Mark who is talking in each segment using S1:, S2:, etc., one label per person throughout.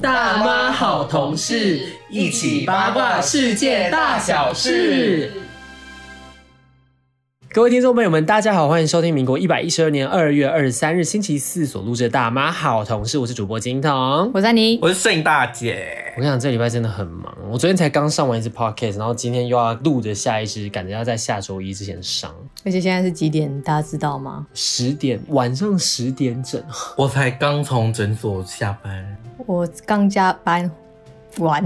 S1: 大妈好同事，一起八卦世界大小事。各位听众朋友们，大家好，欢迎收听民国一百一十二年二月二十三日星期四所录制的《大妈好同事》，我是主播金童。
S2: 我是安妮，
S3: 我是摄影大姐，
S1: 我跟你讲，这礼拜真的很忙。我昨天才刚上完一支 podcast，然后今天又要录的下一支，赶着要在下周一之前上，
S2: 而且现在是几点？大家知道吗？
S1: 十点晚上十点整。
S3: 我才刚从诊所下班，
S2: 我刚加班 完，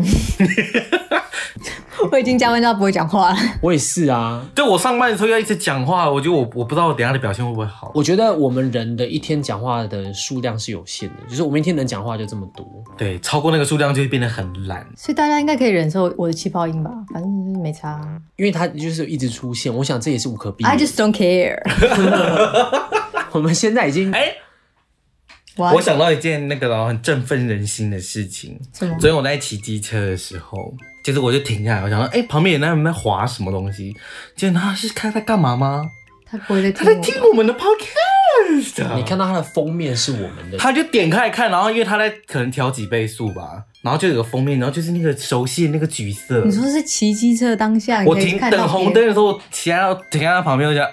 S2: 我已经加班到不会讲话了。
S1: 我也是啊，
S3: 对我上班的时候要一直讲话，我觉得我我不知道我等一下的表现会不会好。
S1: 我觉得我们人的一天讲话的数量是有限的，就是我们一天能讲话就这么多。
S3: 对，超过那个数量就会变得很懒。
S2: 所以大家应该可以忍受我的气泡音吧？反正就是没差
S3: 嗯
S2: 啊。
S1: 因为它就是一直出现，我想这也是无可避免。
S2: I just don't care
S1: 我们现在已经
S3: 哎、
S2: 我。
S3: 我想到一件那个然后很振奋人心的事情。
S2: 什么
S3: 昨天我在骑机车的时候，就是我就停下来，我想说，哎、旁边有那人在划什么东西，结果他是看他在干嘛吗？
S2: 他不会在
S3: 他
S2: 听我。
S3: 在听我们的 podcast 啊。
S1: 你看到它的封面是我们的，
S3: 他就点开来看，然后因为他在可能调几倍速吧，然后就有个封面，然后就是那个熟悉的那个橘色。
S2: 你说是骑机车当下，你
S3: 我
S2: 可以
S3: 停
S2: 看到
S3: 等红
S2: 别人
S3: 灯的时候，我骑到停在他旁边，我就想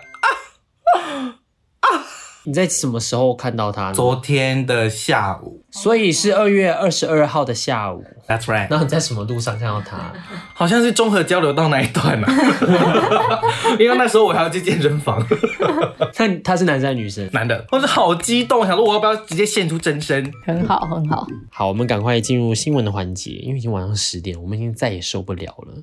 S1: 你在什么时候看到它呢？
S3: 昨天的下午
S1: 所以是二月二十二号的下午。
S3: ，That's right，
S1: 然后你在什么路上看到它？
S3: 好像是综合交流道那一段啊， 因为那时候我还要去健身房，
S1: 那他是男生还是女生？
S3: 男的，我是好激动，想说我要不要直接现出真身？
S2: 很好很好。
S1: 好，我们赶快进入新闻的环节，因为已经晚上十点，我们已经再也受不了了。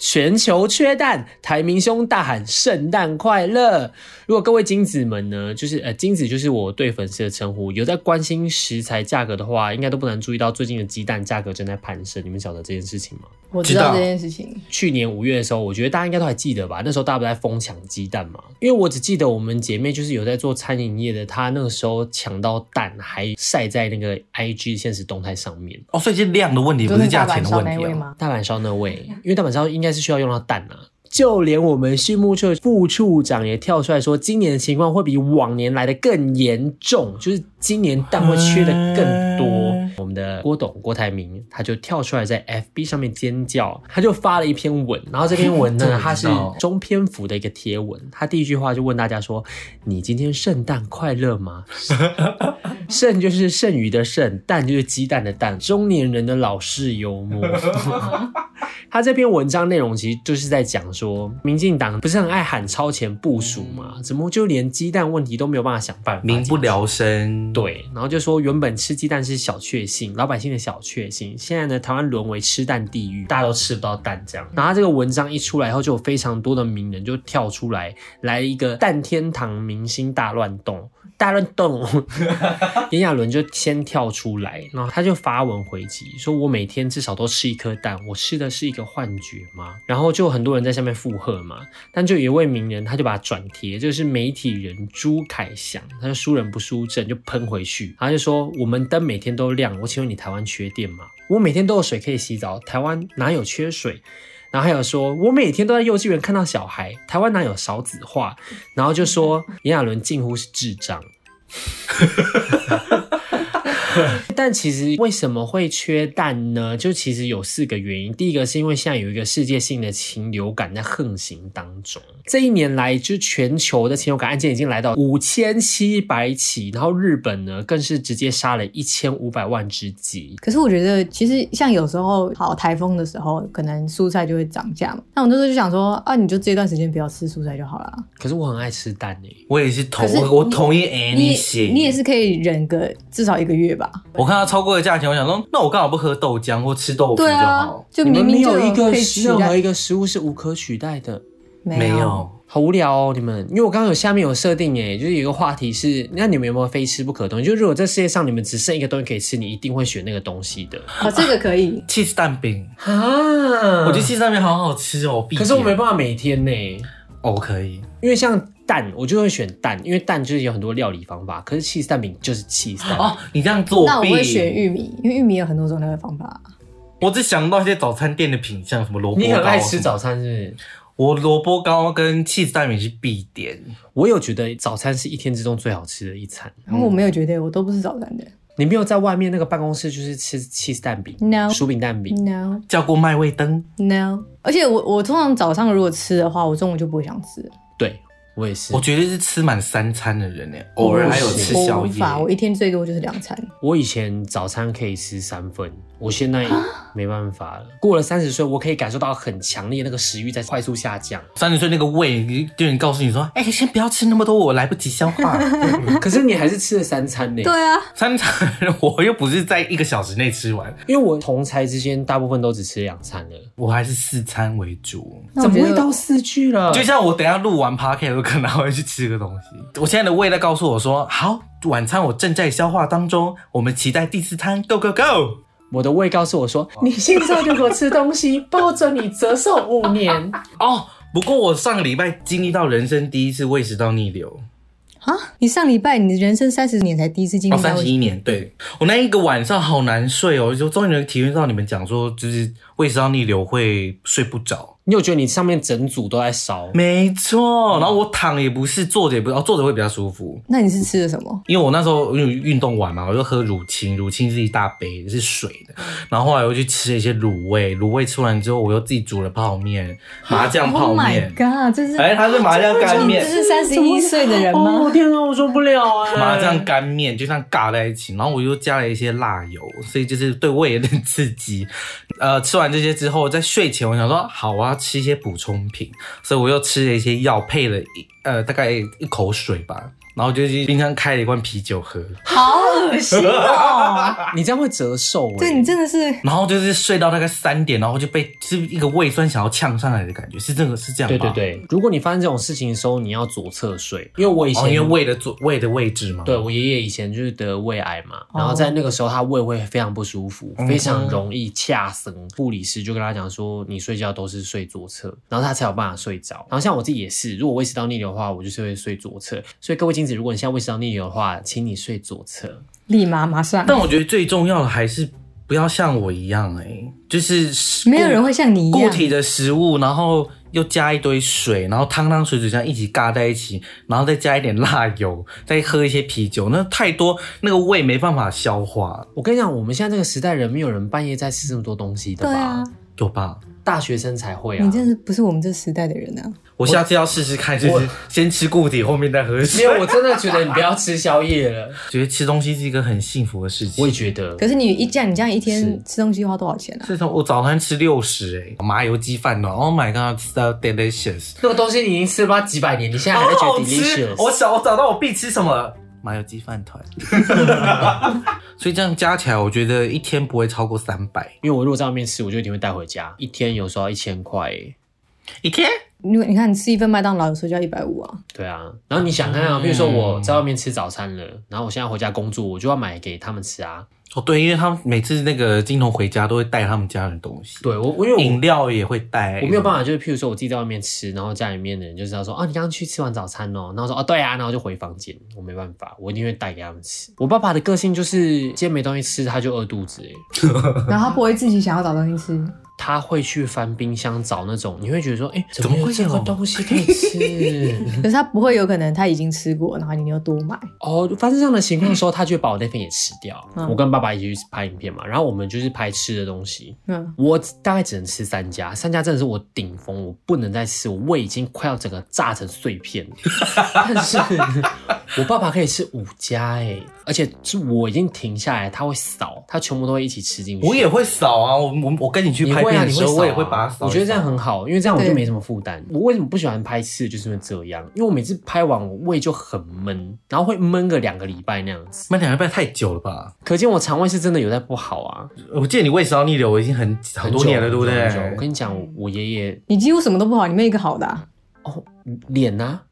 S1: 全球缺蛋，台明兄大喊圣诞快乐！如果各位金子们呢，就是呃金子就是我对粉丝的称呼，有在关心食材价格的话，应该都不难注意到最近的鸡蛋价格正在攀升。你们晓得这件事情吗？
S2: 我知
S3: 知
S2: 道
S3: 道
S2: 这件事情，
S1: 去年五月的时候，我觉得大家应该都还记得吧？那时候大家不在疯抢鸡蛋嘛，因为我只记得我们姐妹就是有在做餐饮业的，她那个时候抢到蛋还晒在那个 IG 现实动态上面。
S3: 哦，所以是量的问题，
S2: 你
S3: 不
S2: 说
S3: 是
S2: 那
S3: 价
S2: 大
S3: 钱
S2: 阪
S3: 的
S2: 烧
S3: 问
S2: 那
S3: 题
S2: 位
S3: 哦。
S2: 吗？
S1: 大阪烧那位，因为大阪烧应该是需要用到蛋啊。就连我们畜牧处副处长也跳出来说，今年的情况会比往年来的更严重，就是今年蛋会缺的更多。我们的郭董郭台铭他就跳出来在 FB 上面尖叫，他就发了一篇文，然后这篇文
S3: 这我
S1: 呢，
S3: 知道
S1: 他是中篇幅的一个贴文，他第一句话就问大家说：“你今天圣诞快乐吗？”剩就是剩余的剩，蛋就是鸡蛋的蛋，中年人的老式幽 默。他这篇文章内容其实就是在讲说，民进党不是很爱喊超前部署嘛？怎么就连鸡蛋问题都没有办法想办法？
S3: 嗯民不聊生，，
S1: 对，然后就说原本吃鸡蛋是小确幸，老百姓的小确幸，现在呢，台湾沦为吃蛋地狱，大家都吃不到蛋这样。然后他这个文章一出来以后，就有非常多的名人就跳出来，来一个蛋天堂明星大乱动。大乱动，炎亚纶就先跳出来，然后他就发文回击，说我每天至少都吃一颗蛋，我吃的是一个幻觉吗？然后就有很多人在下面附和嘛，但就有一位名人，他就把它转贴，这个是媒体人朱凯翔，他就输人不输阵，就喷回去，他就说：“我们灯每天都亮，我请问你台湾缺电吗？我每天都有水可以洗澡，台湾哪有缺水？”然后还有说，我每天都在幼稚园看到小孩，台湾哪有少子化？然后就说 炎亚纶近乎是智障。但其实为什么会缺蛋呢？就其实有四个原因。第一个是因为现在有一个世界性的禽流感在横行当中，这一年来就全球的禽流感案件已经来到五千七百起，然后日本呢更是直接杀了一千五百万只鸡。
S2: 可是我觉得，其实像有时候好台风的时候，可能蔬菜就会涨价嘛。那我那时候就想说，啊，你就这段时间不要吃蔬菜就好了。
S1: 可是我很爱吃蛋欸诶、
S3: 我也是同
S2: 可是
S3: 我我
S2: 你
S3: 同意 a
S2: 你
S3: n
S2: 也你也是可以忍个至少一个月吧？
S3: 我看到超过的价钱，我想说，那我干嘛不喝豆浆或吃豆腐就
S2: 对啊
S3: 好？，
S2: 就
S1: 你
S2: 明
S1: 们没
S2: 明就
S1: 有一个
S2: 可以取
S1: 任何
S2: 代
S1: 一，个食物是无可取代的。
S2: 没
S3: 没
S2: 有。
S3: 有，
S1: 好无聊哦，你们，因为我刚刚有下面有设定诶，就是有一个话题是，那你们有没有非吃不可的东西？就如果这世界上你们只剩一个东西可以吃，你一定会选那个东西的
S2: 哦，这个可 以
S3: c h 蛋饼，
S1: 啊
S3: 我觉得 cheese 蛋饼好好吃哦。必
S1: 可是我没
S3: 点
S1: 办法每天呢，
S3: 哦，我可以，
S1: 因为像蛋，我就会选蛋，因为蛋就是有很多料理方法，可是 cheese 蛋饼就是 cheese 蛋饼。
S3: 哦哦，你这样作弊，
S2: 那我会选玉米，因为玉米有很多种那个方法。
S3: 我只想到一些早餐店的品相，什么萝卜糕。
S1: 你很爱吃？早餐是不是？
S3: 我萝卜糕跟 cheese 蛋饼是必点。
S1: 我有觉得早餐是一天之中最好吃的一餐。
S2: 然后我没有觉得，我都不是早餐的。
S1: 你没有在外面那个办公室就是吃 cheese 蛋饼、
S2: No 嗯
S1: 薯饼蛋饼，
S2: No
S3: 叫过麦味登，
S2: No，而且我我通常早上如果吃的话，我中午就不会想吃了，
S1: 对我也是
S3: 我。绝对是吃满三餐的人呢，欸偶尔还有吃
S2: 哦我
S3: 宵
S2: 无
S3: 夜。
S2: 法，我一天最多就是两餐。
S1: 我以前早餐可以吃三份，我现在
S2: 啊
S1: 没办法了。过了三十岁，我可以感受到很强烈那个食欲在快速下 降。
S3: 三十岁那个胃，就人告诉你说，哎、先不要吃那么多，我来不及消化。
S1: 可是你还是吃了三餐呢、
S2: 对啊，
S3: 三餐我又不是在一个小时内吃完，
S1: 因为我同才之间大部分都只吃两餐了，
S3: 我还是四餐为主。
S2: 那我
S1: 怎么
S2: 觉
S1: 会
S2: 得啊
S1: 到四句了？
S3: 就像我等一下录完 p o d c a s t 我可能还会去吃个东西。我现在的胃在告诉我说，好，晚餐我正在消化当中，我们期待第四餐，Go Go Go！
S1: 我的胃告诉我说，你现在就给我吃东西，抱着你折寿五年。
S3: 哦，不过我上个礼拜经历到人生第一次胃食道逆流，
S2: 啊？你上礼拜你人生三十年才第一次经
S3: 哦，
S2: 历到
S3: 三十一年，对我那一个晚上好难睡哦，就终于能体会到你们讲说，就是胃食道逆流会睡不着。
S1: 你有觉得你上面整组都在烧？
S3: 没错，然后我躺也不是，坐着也不是，哦，坐着会比较舒服。
S2: 那你是吃的什么？
S3: 因为我那时候因为运动完嘛，我就喝乳清，乳清是一大杯是水的，然后后来我就吃了一些卤味，卤味吃完之后，我又自己煮了泡面，麻酱泡
S2: Oh my
S3: 面，
S2: god！这是
S3: 哎、它是麻酱干
S2: 这
S3: 面，
S2: 是三十一岁的人吗？
S1: 哦天啊，我受不了哎、
S3: 麻酱干面就像尬在一起，然后我又加了一些辣油，所以就是对胃有点刺激。 呃，吃完这些之后，在睡前我想说，好，我要吃一些补充品，所以我又吃了一些药，配了一呃大概一口水吧，然后就去冰箱开了一罐啤酒喝，
S2: 好恶心哦！
S1: 你这样会折寿哎、
S2: 对你真的是
S3: 然后就是睡到大概三点，然后就被是一个胃酸想要呛上来的感觉，是这个是这样
S1: 对
S3: 吗？
S1: 对对，如果你发生这种事情的时候，你要左侧睡，因为我以前、
S3: 哦，因为胃的左胃的位置嘛，
S1: 对我爷爷以前就是得胃癌嘛，然
S2: 哦
S1: 后在那个时候他胃会非常不舒服，
S3: 嗯
S1: 非常容易恰生。护理师就跟他讲说，你睡觉都是睡左侧，然后他才有办法睡着。然后像我自己也是，如果胃食道逆流的话，我就是会睡左侧。所以各位精子，如果你现在胃食道逆流的话，请你睡左侧。
S2: 立马马上，
S3: 但我觉得最重要的还是不要像我一样、哎，就是
S2: 没有人会像你一
S3: 固
S2: 样。
S3: 体的食物，然后又加一堆水，然后汤汤水水这样一起尬在一起，然后再加一点辣油，再喝一些啤酒，那太多，那个胃没办法消化，
S1: 我跟你讲，我们现在这个时代人，没有人半夜在吃这么多东西的
S2: 对
S1: 吧？
S2: 啊，
S3: 有吧？
S1: 大学生才会啊。
S2: 你真的是不是我们这时代的人啊！
S3: 我下次要试试看，就是先吃固体，后面再喝
S1: 没
S3: 水。
S1: 有，我真的觉得你不要吃宵夜了。
S3: 觉得吃东西是一个很幸福的事情。
S1: 我也觉得，
S2: 可是你一这样，你这样一
S1: 是
S2: 天吃东西花多少钱啊？
S3: 自从我早餐吃六十哎，麻油鸡饭团，Oh my god，so delicious，
S1: 那个东西你已经吃了不知道几百年，你现在还在觉
S2: 哦
S1: 得 delicious。
S3: 我找我找到我必吃什么了麻油鸡 饭团，所以这样加起来，我觉得一天不会超过三百。
S1: 因为我如果在外面吃，我就一定会带回家，一天有时候要一千块耶。欸
S3: 一天？
S2: 你你看，你吃一份麦当劳有时候就要一百五 啊！
S1: 对啊，然后你想看啊，比如说
S3: 嗯
S1: 我在外面吃早餐了，然后我现在回家工作，我就要买给他们吃啊。
S3: 哦，对，因为他们每次那个金童回家都会带他们家人东西，
S1: 对我，我因为
S3: 饮
S1: 我
S3: 料也会带。
S1: 我没有办
S3: 法，
S1: 法，就是譬如说我自己在外面吃，然后家里面的人就知道说，啊，你刚刚去吃完早餐哦，然后说，哦，对啊，然后就回房间，我没办法，我一定会带给他们吃。我爸爸的个性就是今天没东西吃，他就饿肚子耶，
S2: 然后他不会自己想要找东西吃，
S1: 他会去翻冰箱找那种，你会觉得说，哎、
S3: 怎么
S1: 有
S3: 会
S1: 这个
S3: 有
S1: 东西可以吃？
S2: 可是他不会有可能他已经吃过，然后你又多买。
S1: 哦，发生这样的情况的时候，他就会把我那份也吃掉。
S2: 嗯
S1: 我跟爸爸一起去拍影片嘛，然后我们就是拍吃的东西。
S2: 嗯，
S1: 我大概只能吃三家，三家真的是我顶峰，我不能再吃，我胃已经快要整个炸成碎片 了。但是我爸爸可以吃五家哎、而且是我已经停下来，他会扫，他全部都会一起吃进去。
S3: 我也会扫啊，我我我跟你去
S1: 你
S3: 拍
S1: 会
S3: 片
S1: 啊，
S3: 的
S1: 你
S3: 时候，
S1: 会
S3: 我也
S1: 扫啊
S3: 会把它扫一扫。
S1: 我觉得这样很好，因为这样我就
S2: 对
S1: 没什么负担。我为什么不喜欢拍刺，就是因为这样，因为我每次拍完我胃就很闷，然后会闷个两个礼拜那样子。
S3: 那两个礼拜太久了吧？
S1: 可见我肠胃是真的有在不好啊，
S3: 我记得你胃食道逆流已经很好
S1: 很久
S3: 多年了，对不
S1: 很久很久我
S3: 对？
S1: 跟你讲，我我爷爷
S2: 你几乎什么都不好，你没有一个好的啊、
S1: 哦，脸啊，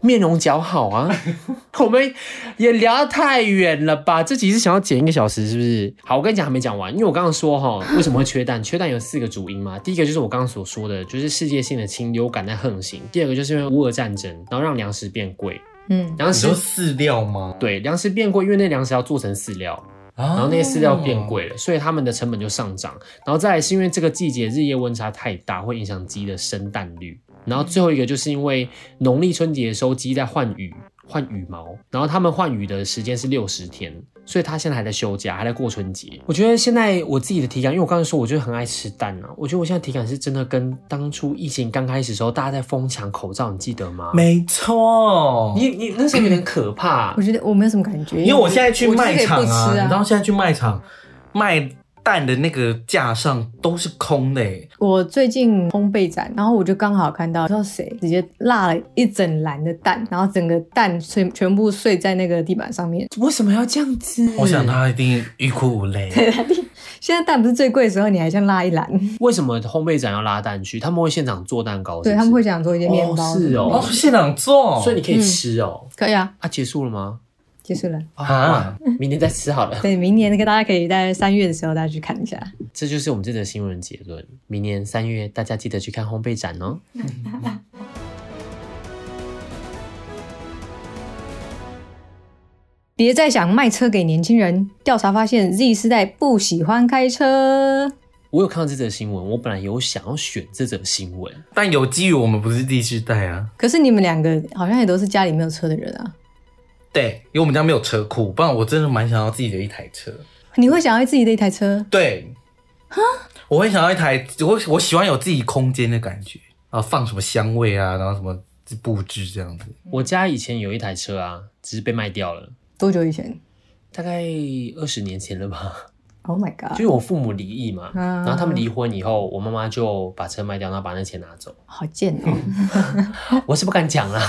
S1: 面容姣好啊， 我们也聊得太远了吧？这集是想要剪一个小时，是不是？好，我跟你讲还没讲完，因为我刚刚说哈，为什么会缺蛋？缺蛋有四个主因嘛。第一个就是我刚刚所说的，就是世界性的禽流感在横行；第二个就是因为乌俄战争，然后让粮食变贵，
S2: 嗯，
S1: 粮
S3: 你
S1: 食
S3: 说饲料吗？
S1: 对粮食变贵，因为那粮食要做成饲料。然后那些饲料变贵了，所以它们的成本就上涨。然后再来是因为这个季节日夜温差太大，会影响鸡的生蛋率。然后最后一个就是因为农历春节的时候，鸡在换羽换羽毛，然后它们换羽的时间是六十天，所以它现在还在休假，还在过春节。我觉得现在我自己的体感，因为我刚才说，我就是很爱吃蛋啊，我觉得我现在体感是真的跟当初疫情刚开始的时候，大家在疯抢口罩，你记得吗？
S3: 哦没错，
S1: 你你那时候有点可怕
S2: 我，觉得我没有什么感觉，
S3: 因为我现在去
S2: 我就是
S3: 卖场
S2: 可以不
S3: 啊，
S2: 吃
S3: 你知道
S2: 啊。
S3: 现在去卖场卖蛋的那个架上都是空的、欸，
S2: 我最近烘焙展，然后我就刚好看到，不知道谁直接落了一整篮的蛋，然后整个蛋全全部碎在那个地板上面。
S1: 为什么要这样子？
S3: 我想他一定欲哭 无泪。
S2: 现在蛋不是最贵的时候，你还像落一篮？
S1: 为什么烘焙展要拉蛋区？他们会现场做蛋糕是不是
S2: 对他们会想做一些面包
S1: 哦是哦
S3: 哦，现场做，
S1: 所以你可以
S2: 嗯
S1: 吃哦。
S2: 可以啊，
S1: 啊，结束了吗？
S2: 结束了。
S1: 啊
S3: 啊，
S2: 嗯
S1: 明天再吃好了。
S2: 对，明年那个大家可以在三月的时候大家去看一下。
S1: 这就是我们这则新闻结论。明年三月，大家记得去看烘焙展哦。
S2: 别再想卖车给年轻人。调查发现，Z 世代不喜欢开车。
S1: 我有看到这则新闻，我本来有想要选这则新闻，
S2: 嗯
S3: 但有基于我们不是第世代啊，
S2: 可是你们两个好像也都是家里没有车的人啊。
S3: 对，因为我们家没有车库，不然我真的蛮想要自己的一台车。
S2: 你会想要自己的一台车？
S3: 对，我会想要一台，我我喜欢有自己空间的感觉啊，放什么香味啊，然后什么布置这样子。
S1: 我家以前有一台车啊，只是被卖掉了，
S2: 多久以前
S1: 大概二十年前了吧。
S2: ？Oh my
S1: 就
S2: god，
S1: 是我父母离异嘛，
S2: 啊
S1: 然后他们离婚以后，我妈妈就把车卖掉，然后把那钱拿走。
S2: 好贱哦！
S1: 我是不敢讲啊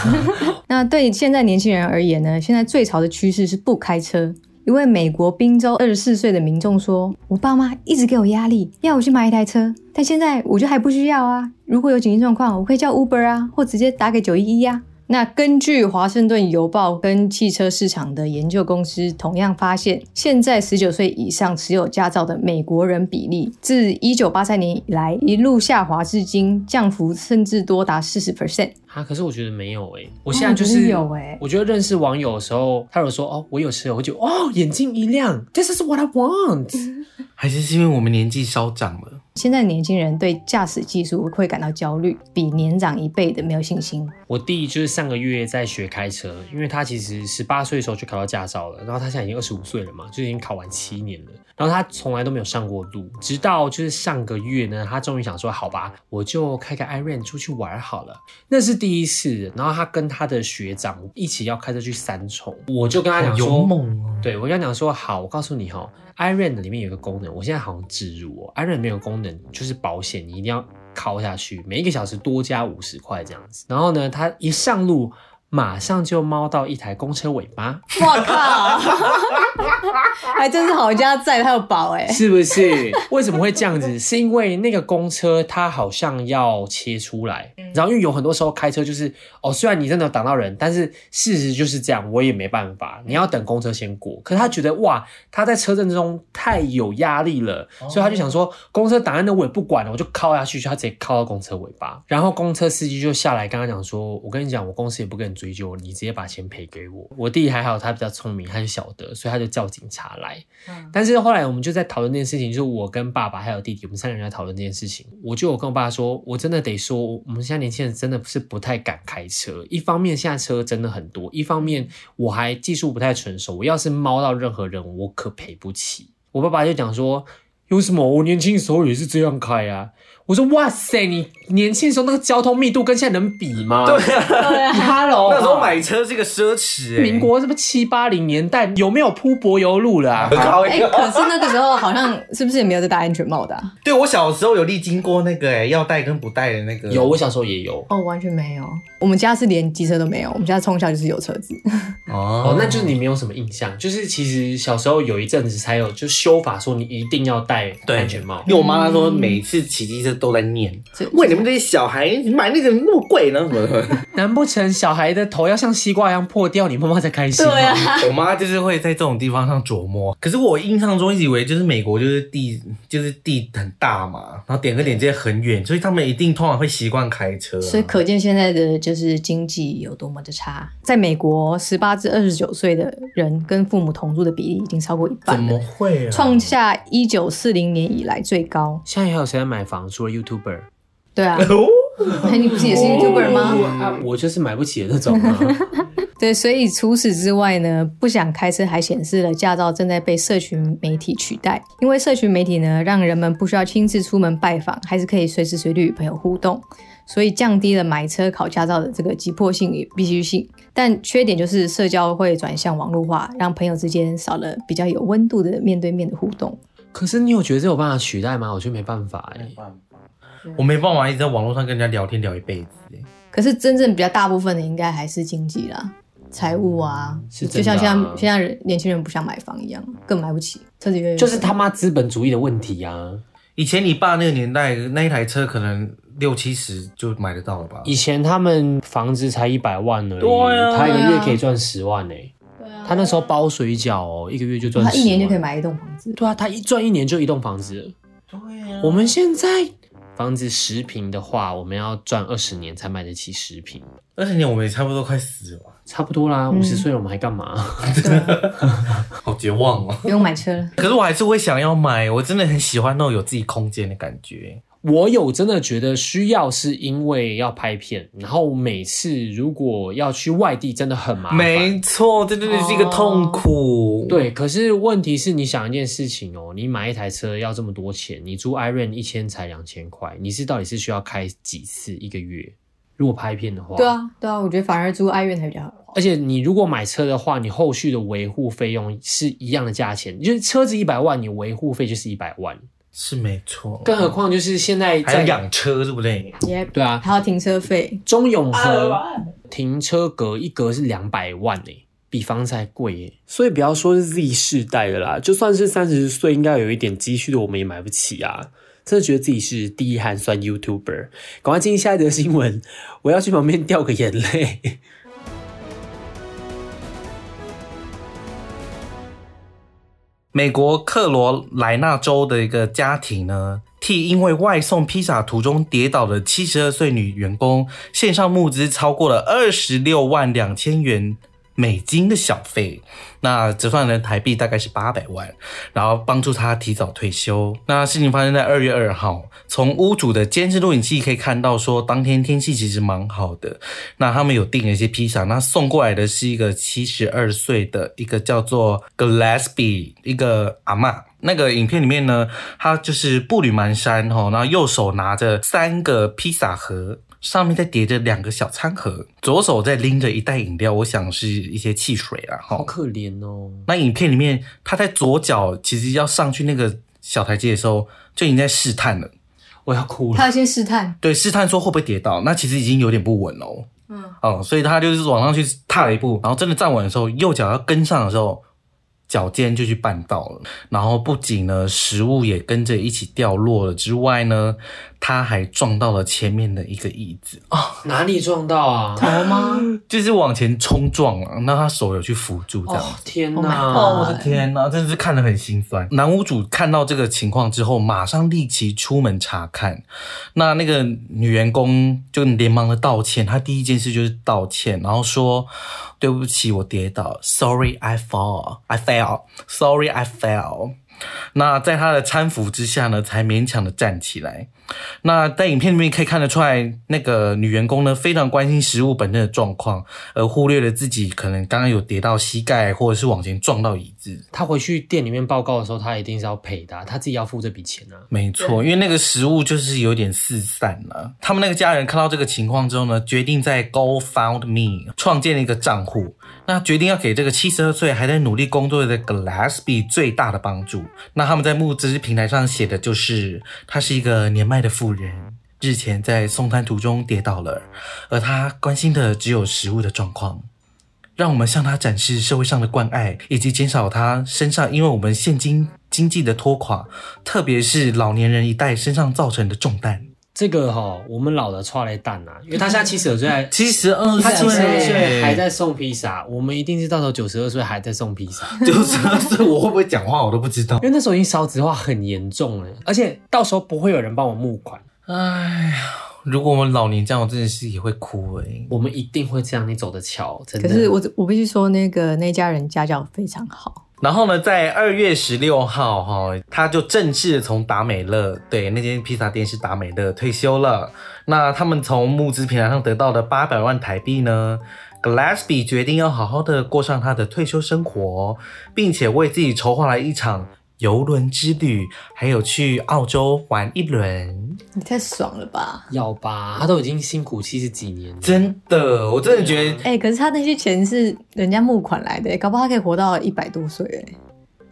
S1: 啦，
S2: 那对现在年轻人而言呢？现在最潮的趋势是不开车。一位美国宾州二十四岁的民众说：“我爸妈一直给我压力，要我去买一台车，但现在我就还不需要啊。如果有紧急状况，我可以叫 Uber 啊，或直接打给九一一啊。”那根据《华盛顿邮报》跟汽车市场的研究公司同样发现，现在十九岁以上持有驾照的美国人比例，自一九八三年以来一路下滑至今，降幅甚至多达四十 percent。
S1: 啊，可是我觉得没有诶、我
S2: 哦
S1: 现在就
S2: 我
S1: 是
S2: 觉得有欸
S1: 我觉得认识网友的时候，他有说哦，我有车，我就哦眼睛一亮，This is what I want。
S3: 还是是因为我们年纪稍长了，
S2: 现在年轻人对驾驶技术会感到焦虑，比年长一辈的没有信心。
S1: 我弟就是上个月在学开车，因为他其实十八岁的时候就考到驾照了，然后他现在已经二十五岁了嘛，就已经考完七年了。然后他从来都没有上过路，直到就是上个月呢，他终于想说，好吧，我就开个 Iron 出去玩好了。那是第一次，然后他跟他的学长一起要开车去三重，我就跟他讲
S3: 好
S1: 说，
S3: 勇猛
S2: 啊
S3: 哦。
S1: 对，我跟他讲说，好，我告诉你哈，Iron 里面有一个功能，我现在好像植入哦，Iron 里面有个功能就是保险，你一定要敲下去，每一个小时多加五十块这样子。然后呢，他一上路马上就猫到一台公车尾巴，
S2: 我靠，还真是好家在，他有宝哎、
S1: 是不是？ 为什么会这样子？是因为那个公车它好像要切出来，然后因为有很多时候开车就是哦，虽然你真的有挡到人，但是事实就是这样，我也没办法，你要等公车先过。可是他觉得哇，他在车阵中太有压力了，所以他就想说，公车挡在那我也不管了，我就靠下去，就他直接靠到公车尾巴。然后公车司机就下来跟他讲说，我跟你讲，我公司也不跟你追究，你直接把钱赔给我。我弟还好，他比较聪明，他就晓得，所以他就叫警察来。但是后来我们就在讨论这件事情，就是我跟爸爸还有弟弟，我们三个人在讨论这件事情。我就有跟我爸说，我真的得说，我们现在年轻人真的是不太敢开车。一方面，现在车真的很多；一方面，我还技术不太成熟，我要是猫到任何人，我可赔不起。我爸爸就讲说，有什么？我年轻的时候也是这样开啊。我说，哇塞，你年轻的时候那个交通密度跟现在能比吗？对
S2: 对啊，
S1: ，Hello，
S3: 那时候买车是个奢侈、欸，
S1: 民国是不是七八零年代有没有铺柏油路了、 啊？
S3: 高
S2: 哎、可是那个时候好像是不是也没有在戴安全帽的、啊？
S3: 对我小时候有历经过那个、欸、要戴跟不戴的那个，
S1: 有，我小时候也有。
S2: 哦，完全没有。我们家是连机车都没有，我们家从小就是有车子。
S1: 哦
S3: 哦，
S1: 那就是你没有什么印象，就是其实小时候有一阵子才有，就修法说你一定要戴
S3: 对
S1: 安全帽。
S3: 因为我妈她说每次骑机车就是都在念，
S2: 这
S3: 为你们这些小孩，你买那个那么贵呢？什么的？
S1: 难不成小孩的头要像西瓜一样破掉，你妈妈才开心吗？
S2: 对啊，
S3: 我妈就是会在这种地方上琢磨。可是我印象中一直以为就是美国就是地就是地很大嘛，然后点跟点之间很远，所以他们一定通常会习惯开车啊、
S2: 所以可见现在的就是经济有多么的差。在美国，十八至二十九岁的人跟父母同住的比例已经超过一
S3: 怎
S2: 半
S3: 么
S2: 了，
S3: 会啊？，
S2: 创下一九四零年以来最高。
S1: 现在还有谁在买房？除了 YouTuber，
S2: 对啊
S3: 哦
S2: 哎你不是也是 YouTuber 吗？
S1: 啊， 我就是买不起的那种啊。
S2: 对，所以除此之外呢，不想开车还显示了驾照正在被社群媒体取代。因为社群媒体呢，让人们不需要亲自出门拜访，还是可以随时随地与朋友互动，所以降低了买车考驾照的这个急迫性与必须性。但缺点就是社交会转向网络化，让朋友之间少了比较有温度的面对面的互动。
S1: 可是你有觉得这有办法取代吗？我觉得没办法哎、
S3: 我没办法一直在网络上跟人家聊天聊一辈子、欸
S2: 可是真正比较大部分的应该还是经济啦。财务啊，
S1: 是
S2: 就
S1: 真的
S2: 像
S1: 啊
S2: 现在现在人年轻人不想买房一样，更买不起，车子越来越
S1: 就是
S2: 贵
S1: 他妈资本主义的问题啊！
S3: 以前你爸那个年代，那一台车可能六七十就买得到了吧？
S1: 以前他们房子才一百万而已，
S3: 对啊
S1: 他一个月可以赚十万哎、
S2: 对啊
S1: 他那时候包水饺哦，一个月就赚，
S2: 他一年就可以。买一栋房子。
S1: 对啊，他一赚一年就一栋房子了。
S3: 对啊呀、
S1: 我们现在房子十平的话，我们要赚二十年才买得起十平，
S3: 二十年我们也差不多快死了吧，
S1: 差不多啦。
S2: 嗯
S1: 五十岁了我们还干嘛？
S2: 对啊，
S3: 好绝望哦。
S2: 不用买车了。
S3: 可是我还是会想要买，我真的很喜欢那种有自己空间的感觉。
S1: 我有真的觉得需要，是因为要拍片，然后每次如果要去外地，真的很麻烦。哦
S3: 没错，这真的是一个痛苦。，
S1: 对，可是问题是，你想一件事情哦，你买一台车要这么多钱，你租 Iron 一千才两千块，你是到底是需要开几次一个月？如果拍片的话，
S2: 对，啊，对啊，我觉得反而租爱院还比较好。
S1: 而且你如果买车的话，你后续的维护费用是一样的价钱，就是车子一百万，你维护费就是一百万，
S3: 是没错。
S1: 更何况就是现在
S3: 还要
S1: 在
S3: 养车，对不对？
S2: 也
S1: 对啊，
S2: 还有停车费，
S1: 中永
S3: 啊
S2: 啊
S1: 和停车格一格是两百万诶、比房子还贵欸耶、所以不要说是 Z 世代的啦，就算是三十岁应该有一点积蓄的，我们也买不起啊。真的觉得自己是第一寒酸 YouTuber，赶快进行下一则新闻，我要去旁边掉个眼泪。
S3: 美国克罗莱纳州的一个家庭呢，替因为外送披萨途中跌倒的七十二岁女员工线上募资超过了二十六万两千元美金的小费，那折算成台币大概是八百万，然后帮助她提早退休。那事情发生在二月二号，从屋主的监视录影器可以看到，说当天天气其实蛮好的，那他们有订了一些披萨，那送过来的是一个七十二岁的一个叫做 Gillespie 一个阿嬷。那个影片里面呢，她就是步履蹒跚吼，然后右手拿着三个披萨盒。上面再叠着两个小餐盒，左手再拎着一袋饮料，我想是一些汽水啦，哈
S1: 好。可怜哦，
S3: 那影片里面，他在左脚其实要上去那个小台阶的时候，就已经在试探了，
S1: 我要哭了。
S2: 他要先试探。
S3: 对，试探说会不会跌倒。那其实已经有点不稳了哦。
S2: 嗯，
S3: 哦，所以他就是往上去踏了一步，然后真的站稳的时候，右脚要跟上的时候，脚尖就去绊到了。然后不仅呢，食物也跟着一起掉落了之外呢，他还撞到了前面的一个椅子，哦、
S1: 哪里撞到啊？
S2: 头吗？
S3: 就是往前冲撞了。那他手有去扶住，这样。
S1: 哦天
S2: Oh
S1: 哪
S2: my
S3: 哦，我
S2: god
S3: 的天呐，真的是看得很心酸。男屋主看到这个情况之后，马上立即出门查看。那那个女员工就连忙的道歉，她第一件事就是道歉，然后说：“对不起，我跌倒，Sorry I fall, I fell, Sorry I fell。”那在她的搀扶之下呢，才勉强的站起来。那在影片里面可以看得出来，那个女员工呢非常关心食物本身的状况，而忽略了自己可能刚刚有跌到膝盖，或者是往前撞到椅子。
S1: 他回去店里面报告的时候，他一定是要赔的啊、他自己要付这笔钱啊。
S3: 没错，因为那个食物就是有点四散了。他们那个家人看到这个情况之后呢，决定在 GoFundMe 创建了一个账户，那决定要给这个七十二岁还在努力工作的 Gillespie 最大的帮助。那他们在募资平台上写的就是，她是一个年迈的妇人，日前在送餐途中跌倒了，而她关心的只有食物的状况。让我们向他展示社会上的关爱，以及减少他身上因为我们现今经济的拖垮，特别是老年人一代身上造成的重担。
S1: 这个哈、我们老了错来蛋啊，因为他现在七十二岁还，
S3: 七十二
S1: 他七十二岁
S3: 岁
S1: 还 在送披萨，我们一定是到时候九十二岁还在送披萨，
S3: 九十二岁，我会不会讲话我都不知道
S1: 因。为那时候已经少子化很严重了，而且到时候不会有人帮我募款，
S3: 哎呀，如果我老年这样，我真的是也会哭哎、
S1: 我们一定会这样，你走的巧，真的。
S2: 可是我我必须说，那个那家人家教非常好，
S3: 然后呢，在二月十六号哈、他就正式地从达美乐，对，那间披萨店是达美乐退休了。那他们从募资平台上得到的八百万台币呢，Gillespie 决定要好好的过上他的退休生活，并且为自己筹划了一场游轮之旅，还有去澳洲玩一轮。
S2: 你太爽了吧？
S1: 要吧，他都已经辛苦七十几年了，
S3: 真的，我真的觉得
S2: 哎、可是他那些钱是人家募款来的、搞不好他可以活到一百多岁哎、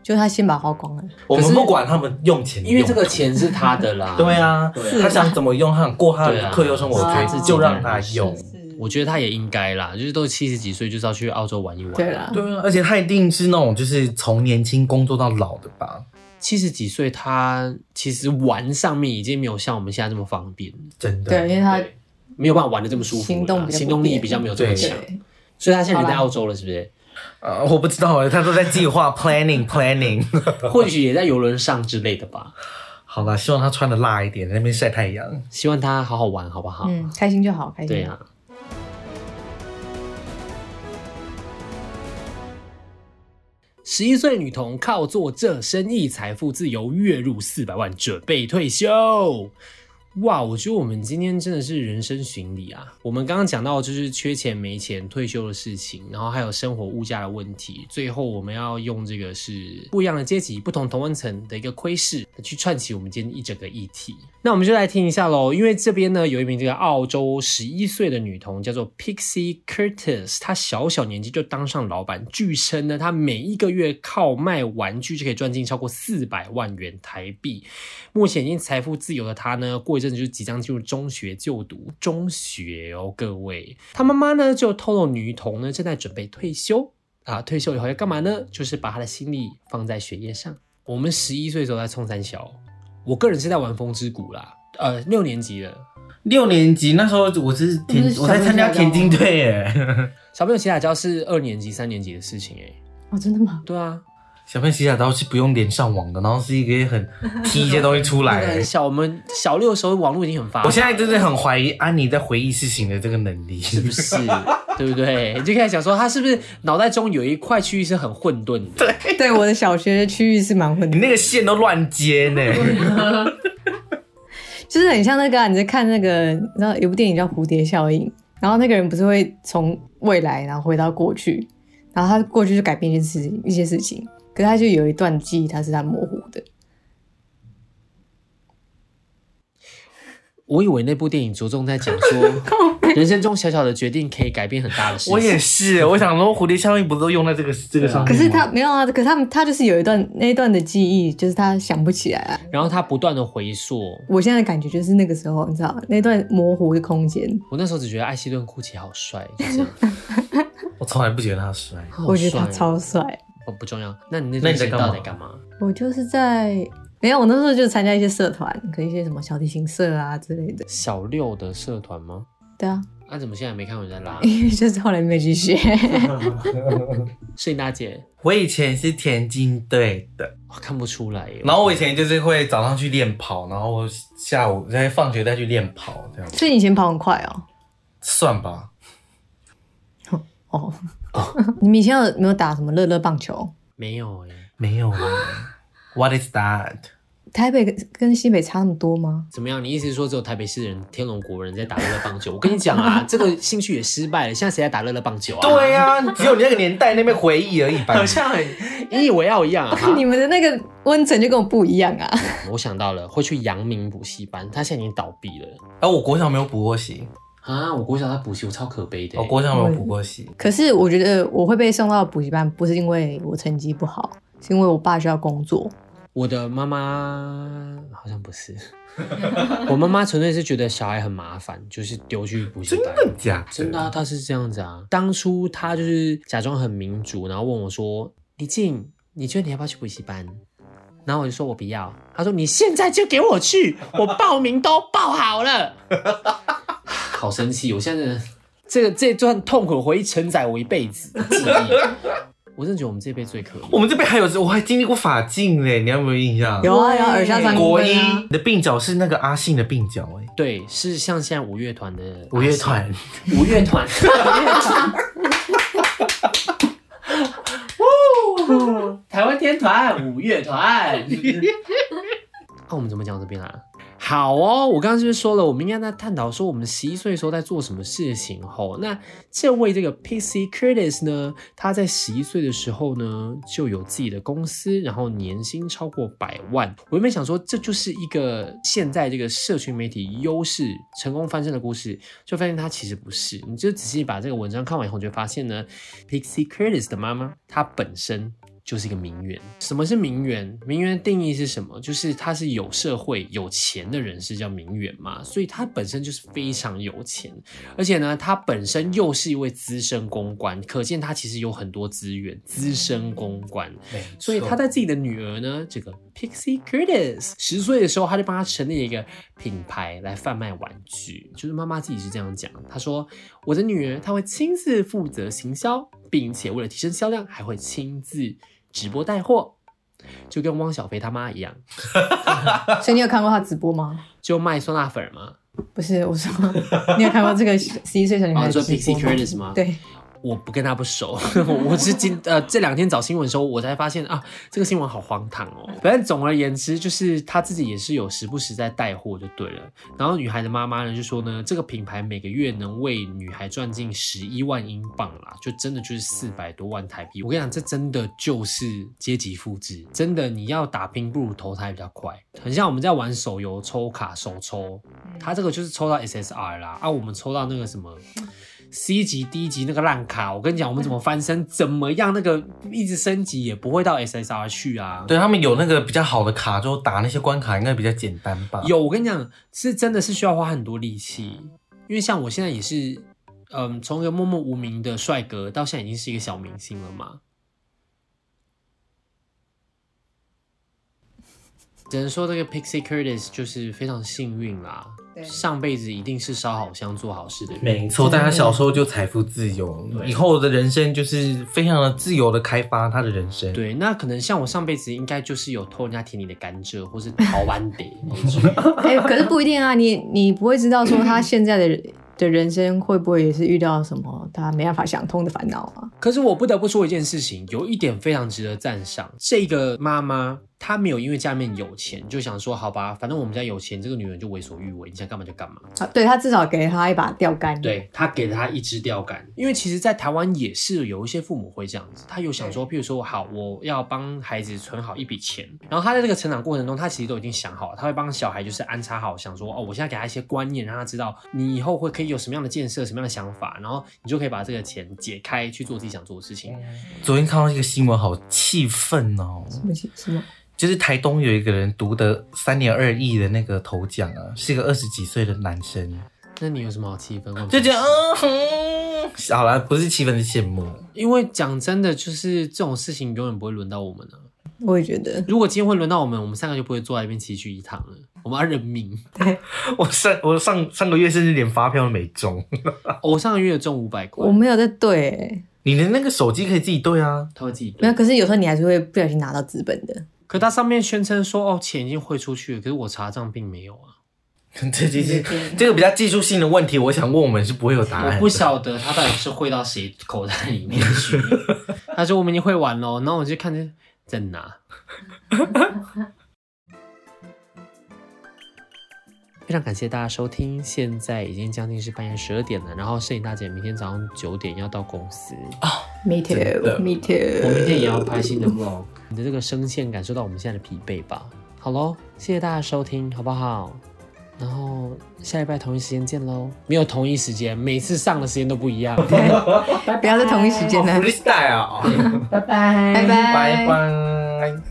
S2: 就他先把花光了。
S3: 我
S1: 可
S3: 们
S1: 是
S3: 不管他们用钱，
S1: 因为这个。钱是他的啦。
S3: 对啊
S1: 对，啊
S3: 他想怎么用，他想过他
S1: 对啊
S3: 的退休生活，
S2: 是啊
S3: 就就让他
S1: 是
S3: 用。
S1: 我觉得他也应该啦，就是都七十几岁，就是要去澳洲玩一玩。
S2: 对，啦，
S3: 对啊，而且他一定是那种就是从年轻工作到老的吧？
S1: 七十几岁他其实玩上面已经没有像我们现在这么方便，
S3: 真的。
S2: 对，因为他
S1: 对没有办法玩的这么舒服啦，
S2: 行动比较不
S1: 行动力比较没有这么
S3: 对
S1: 强，
S2: 对
S1: 所以他现在人在
S2: 好啦
S1: 澳洲了，是不是？
S3: 呃，我不知道，他都在计划 planning planning。
S1: 或许也在游轮上之类的吧。
S3: 好啦，希望他穿的辣一点，在那边晒太阳。
S1: 希望他好好玩，好不好？
S2: 嗯，开心就好，开心。
S1: 啊对啊。十一岁女童靠做这生意财富自由，月入四百万，准备退休。哇，我觉得我们今天真的是人生巡礼啊！我们刚刚讲到就是缺钱没钱、退休的事情，然后还有生活物价的问题。最后我们要用这个是不一样的阶级、不同同温层的一个窥视，去串起我们今天一整个议题。那我们就来听一下喽，因为这边呢有一名这个澳洲十一岁的女童叫做 Pixie Curtis，她小小年纪就当上老板，据称呢她每一个月靠卖玩具就可以赚进超过四百万元台币。目前已经财富自由的他呢，过一阵子就即将进入中学就读。中学哦，各位，他妈妈呢就透露女童呢正在准备退休啊，退休以后要干嘛呢？就是把他的心力放在学业上。我们十一岁的时候在冲三小，我个人是在玩风之谷啦，呃，六年级了。
S3: 六年级那时候我是
S2: 那
S3: 田
S2: 不是，小
S3: 我在参加田径队耶。
S1: 小朋友写海教是二年级、三年级的事情哎、
S2: 哦，真的吗？
S1: 对啊，
S3: 小朋友洗澡都是不用连上网的，然后是一个很踢一些东西出来
S1: 那个很
S3: 耶。
S1: 小，我们小六的时候网络已经很发达，
S3: 哎我现在真的很怀疑安妮在回忆事情的这个能力。
S1: 是不 是？对不对？你就开始想说他是不是脑袋中有一块区域是很混沌的？
S2: 对，我的小学的区域是蛮混
S3: 你
S2: 沌，
S3: 那个线都乱接呢，
S2: 就是很像那个啊、你在看那个，你知道有部电影叫《蝴蝶效应》，然后那个人不是会从未来然后回到过去，然后他过去就改变一件事情，一些事情，可是他就有一段记忆，他是他模糊的。
S1: 我以为那部电影着重在讲 说，人生中小小的决定可以改变很大的事情。
S3: 我也是，我想说蝴蝶效应不是都用在这个这个上面吗？
S2: 可是他没有啊，可是他们他就是有一段那一段的记忆，就是他想不起来啊。
S1: 然后他不断的回溯，
S2: 我现在的感觉就是那个时候，你知道那段模糊的空间，
S1: 我那时候只觉得艾希顿·库奇好帅，就这样。
S3: 我从来不觉得他帅。
S1: 他好帅
S2: 我觉得他超帅。
S1: 哦不重要。那你那
S3: 那
S1: 段
S3: 你在
S1: 时间
S3: 干
S1: 到
S3: 嘛
S1: 底在干嘛？
S2: 我就是在没有，我那时候就参加一些社团，可能一些什么小提琴社啊之类的。
S1: 小六的社团吗？
S2: 对啊，？
S1: 那、怎么现在没看我在拉
S2: 因为就是后来没有继续。
S1: 摄影大姐，
S3: 我以前是田径队的，
S1: 我看不出来耶。
S3: 然后我以前就是会早上去练跑，然后下午在放学再去练跑，这样
S2: 所以你以前跑很快哦。
S3: 算吧。
S2: 哦，你们以前有没有打什么乐乐棒球？
S1: 没有哎，
S3: 没 有啊，What is that？
S2: 台北跟跟西北差那么多吗？
S1: 怎么样？你意思是说只有台北市人、天龙国人在打乐乐棒球？我跟你讲啊，这 个兴趣也失败了。现在谁在打乐乐棒球啊？
S3: 对呀、只有你那个年代那边回忆而已吧。
S1: 好像很引以为傲 一样啊。
S2: 你们的那个温层就跟我不一样啊。
S1: 我想到了，会去阳明补习班，他现在已经倒闭了
S3: 啊，我国小没有补过习，
S1: 啊！我国小他补习，我超可悲的、欸
S3: 我国小没有补过习。
S2: 可是我觉得我会被送到补习班，不是因为我成绩不好，是因为我爸需要工作。
S1: 我的妈妈好像不 是，我妈妈纯粹是觉得小孩很麻烦，就是丢去补习
S3: 真
S1: 班。
S3: 的假的？
S1: 真的啊、他是这样子啊。当初他就是假装很民主，然后问我说：“李静，你觉得你要不要去补习班？”然后我就说我不要，他说你现在就给我 去，我报名都报好了， 好生气！我现在真的这个这段痛苦回忆承载我一辈子的记忆。我真的觉得我们这辈最可怜。
S3: 我们这边还有，我还经历过法镜嘞，你有没有印象？
S1: 有啊有啊
S2: 耳下三公
S3: 国
S2: 分
S3: 一
S2: 啊，
S3: 你的鬓角是那个阿信的鬓角哎、
S1: 对，是像现在五乐团的
S3: 五乐团，
S1: 五乐团，哦 台湾天团、五乐团。 那、我们怎么讲到这边啊？好哦，我刚刚是不是说了，我们应该在探讨说我们十一岁的时候在做什么事情？吼，那这位这个 PC Curtis 呢，他在十一岁的时候呢，就有自己的公司，然后年薪超过百万。我原本想说，这就是一个现在这个社群媒体优势成功翻身的故事，就发现他其实不是。你就仔细把这个文章看完以后，你就会发现呢，Pixie Curtis 的妈妈她本身就是一个名媛。什么是名媛？名媛的定义是什么？就是她是有社会、有钱的人士叫名媛嘛，所以她本身就是非常有钱，而且呢，她本身又是一位资深公关，可见她其实有很多资源，资深公关。所以
S3: 哦
S1: 他在自己的女儿呢，这个 Pixie Curtis 十岁的时候，他就帮她成立了一个品牌来贩卖玩具。就是妈妈自己是这样讲，她说：“我的女儿她会亲自负责行销，并且为了提升销量，还会亲自直播带货，就跟汪小菲他妈一样，
S2: 所以你有看过他直播吗？
S1: 就卖酸辣粉嘛。
S2: 不是，我说你有看过这个十一岁小女孩
S1: 哦
S2: 的
S1: 你
S2: 直
S1: 说
S2: 播吗？
S1: Pixie Curtis 吗
S2: 对，
S1: 我不跟他不熟， 我是今呃这两天找新闻的时候，我才发现啊，这个新闻好荒唐哦。反正总而言之，就是他自己也是有时不时在带货就对了。然后女孩的妈妈呢就说呢，这个品牌每个月能为女孩赚进十一万英镑啦，就真的就是四百多万台币。我跟你讲，这真的就是阶级复制，真的你要打拼不如投胎比较快，很像我们在玩手游抽卡手抽，他这个就是抽到 SSR 啦，啊，我们抽到那个什么 C 级、D 级那个烂卡，我跟你讲，我们怎么翻身，怎么样那个一直升级也不会到 SSR 去啊。
S3: 对他们有那个比较好的卡之后，打那些关卡应该比较简单吧？
S1: 有，我跟你讲，是真的是需要花很多力气，因为像我现在也是，嗯，从一个默默无名的帅哥到现在已经是一个小明星了嘛。只能说这个 Pixie Curtis 就是非常幸运啦，
S2: 对
S1: 上辈子一定是烧好香做好事的人。
S3: 没错，但他小时候就财富自由，
S1: 对
S3: 以后的人生就是非常的自由的开发他的人生。，
S1: 对，那可能像我上辈子应该就是有偷人家田里的甘蔗，或是逃班得那种。
S2: 哎、可是不一定啊，你你不会知道说他现在的人 的人生会不会也是遇到什么他没办法想通的烦恼啊？
S1: 可是我不得不说一件事情，有一点非常值得赞赏，这个妈妈她没有因为家里面有钱就想说，好吧，反正我们家有钱，这个女人就为所欲为，你想干嘛就干嘛。
S2: 啊，对他至少给他一把钓竿，，
S1: 对他给了他一支钓竿，因为其实，在台湾也是有一些父母会这样子，他有想说，譬如说，好，我要帮孩子存好一笔钱，然后他在这个成长过程中，他其实都已经想好了，他会帮小孩就是安插好，想说，哦，我现在给他一些观念，让他知道你以后会可以有什么样的建设，什么样的想法，然后你就可以把这个钱解开去做自己想做的事情。
S3: 昨天看到一个新闻，好气愤哦，
S2: 什么什么
S3: 就是台东有一个人读得三点二亿的那个头奖啊，是一个二十几岁的男生，
S1: 那你有什么好气愤？
S3: 就觉得
S1: 呃
S3: 嗯哼，好了，不是气愤，是羡慕。
S1: 因为讲真的，就是这种事情永远不会轮到我们啊。
S2: 我也觉得，
S1: 如果今天会轮到我们，我们三个就不会坐在那边齐聚一堂了。我们要认命。
S3: 我上我上上个月甚至连发票都没中，
S1: 我上个月中五百块
S2: 我，没有在对、欸
S3: 你的那个手机可以自己对啊，
S1: 他会自己
S2: 没有，
S1: 对。
S2: 可是有时候你还是会不小心拿到资本的。
S1: 可他上面宣称说，哦，钱已经汇出去了，可是我查账并没有啊。
S3: 这就是这个比较技术性的问题，我想问我们是不会有答案的。
S1: 我不晓得他到底是汇到谁口袋里面去。 他说我们已经汇完了，然后我就看着在哪。 非常感谢大家收听，现在已经将近是半夜十二点了。然后摄影大姐明天早上九点要到公司，
S2: Me
S3: 真的
S2: too，Me
S1: 啊我
S2: too。
S1: 明天也要拍新的 vlog。你的这个声线感受到我们现在的疲惫吧？好喽，谢谢大家收听，好不好？然后下礼拜同一时间见喽。没有同一时间，每次上的时间都不一样。
S2: 不要在同一时间呢
S3: 好，freestyle 啊，
S2: 拜拜
S3: 拜拜。